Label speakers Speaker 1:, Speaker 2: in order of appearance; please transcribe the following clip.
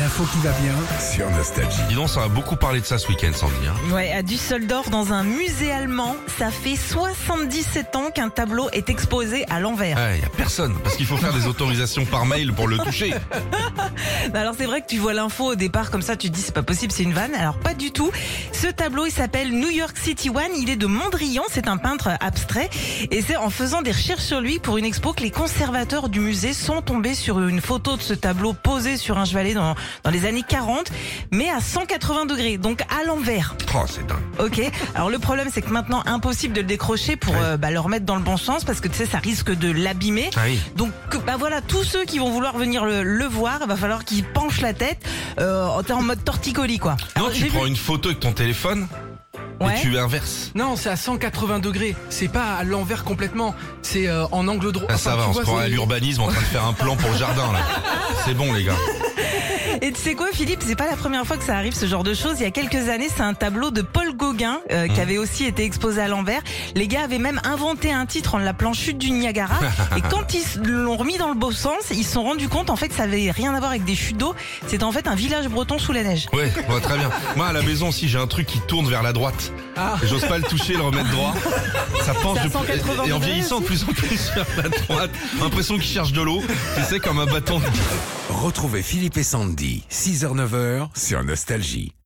Speaker 1: L'info qui va bien.
Speaker 2: sur Nostalgie.
Speaker 3: Dis donc, ça a beaucoup parlé de ça ce week-end, Sandy. hein.
Speaker 4: Ouais, à Düsseldorf, dans un musée allemand, ça fait 77 ans qu'un tableau est exposé à l'envers.
Speaker 3: Ah, y a personne, parce qu'il faut faire des autorisations par mail pour le toucher.
Speaker 4: Bah Alors c'est vrai que tu vois l'info au départ comme ça, tu te dis c'est pas possible, c'est une vanne. Alors pas du tout. Ce tableau, il s'appelle New York City One. Il est de Mondrian, c'est un peintre abstrait. Et c'est en faisant des recherches sur lui pour une expo que les conservateurs du musée sont tombés sur une photo de ce tableau posé sur un chevalet dans, dans les années 40, mais à 180 degrés, donc à l'envers.
Speaker 3: Oh, c'est dingue.
Speaker 4: Ok. Alors le problème, c'est que maintenant impossible de le décrocher pour
Speaker 3: Ouais.
Speaker 4: euh, bah, le remettre dans le bon sens parce que tu sais, ça risque de l'abîmer.
Speaker 3: Ah oui.
Speaker 4: Donc que- bah voilà, tous ceux qui vont vouloir venir le, le voir, il va falloir qu'ils penchent la tête. Euh, t'es en mode torticolis quoi.
Speaker 3: Non,
Speaker 4: Alors,
Speaker 3: tu
Speaker 4: Ah, j'ai vu-
Speaker 3: prends une photo avec ton téléphone
Speaker 4: Ouais.
Speaker 3: et tu inverses.
Speaker 1: Non, c'est à 180 degrés. C'est pas à l'envers complètement. C'est euh, en angle droit.
Speaker 3: Ah, ça
Speaker 1: Enfin,
Speaker 3: va,
Speaker 1: tu
Speaker 3: on se
Speaker 1: vois,
Speaker 3: croirait
Speaker 1: c'est-
Speaker 3: à l'urbanisme en train de faire un plan pour le jardin, là. C'est bon, les gars.
Speaker 4: Et tu sais quoi, Philippe, c'est pas la première fois que ça arrive ce genre de choses. Il y a quelques années, c'est un tableau de Paul Gauguin euh, qui avait aussi été exposé à l'envers. Les gars avaient même inventé un titre en l'appelant Chute du Niagara. et quand ils s- l'ont remis dans le beau sens, ils se sont rendus compte en fait que ça avait rien à voir avec des chutes d'eau. C'était en fait un village breton sous la neige.
Speaker 3: Ouais, ouais, très bien. Moi, à la maison, si j'ai un truc qui tourne vers la droite,
Speaker 1: Ah.
Speaker 3: et j'ose pas le toucher, le remettre droit. Ça penche
Speaker 4: C'est à
Speaker 3: de plus-
Speaker 4: 180
Speaker 3: Et en
Speaker 4: degrés
Speaker 3: vieillissant, de plus
Speaker 4: aussi.
Speaker 3: en plus vers la droite. L'impression qu'il cherche de l'eau. Tu sais, comme un bâton.
Speaker 2: Retrouvez Philippe et Sandy, 6h-9h sur Nostalgie.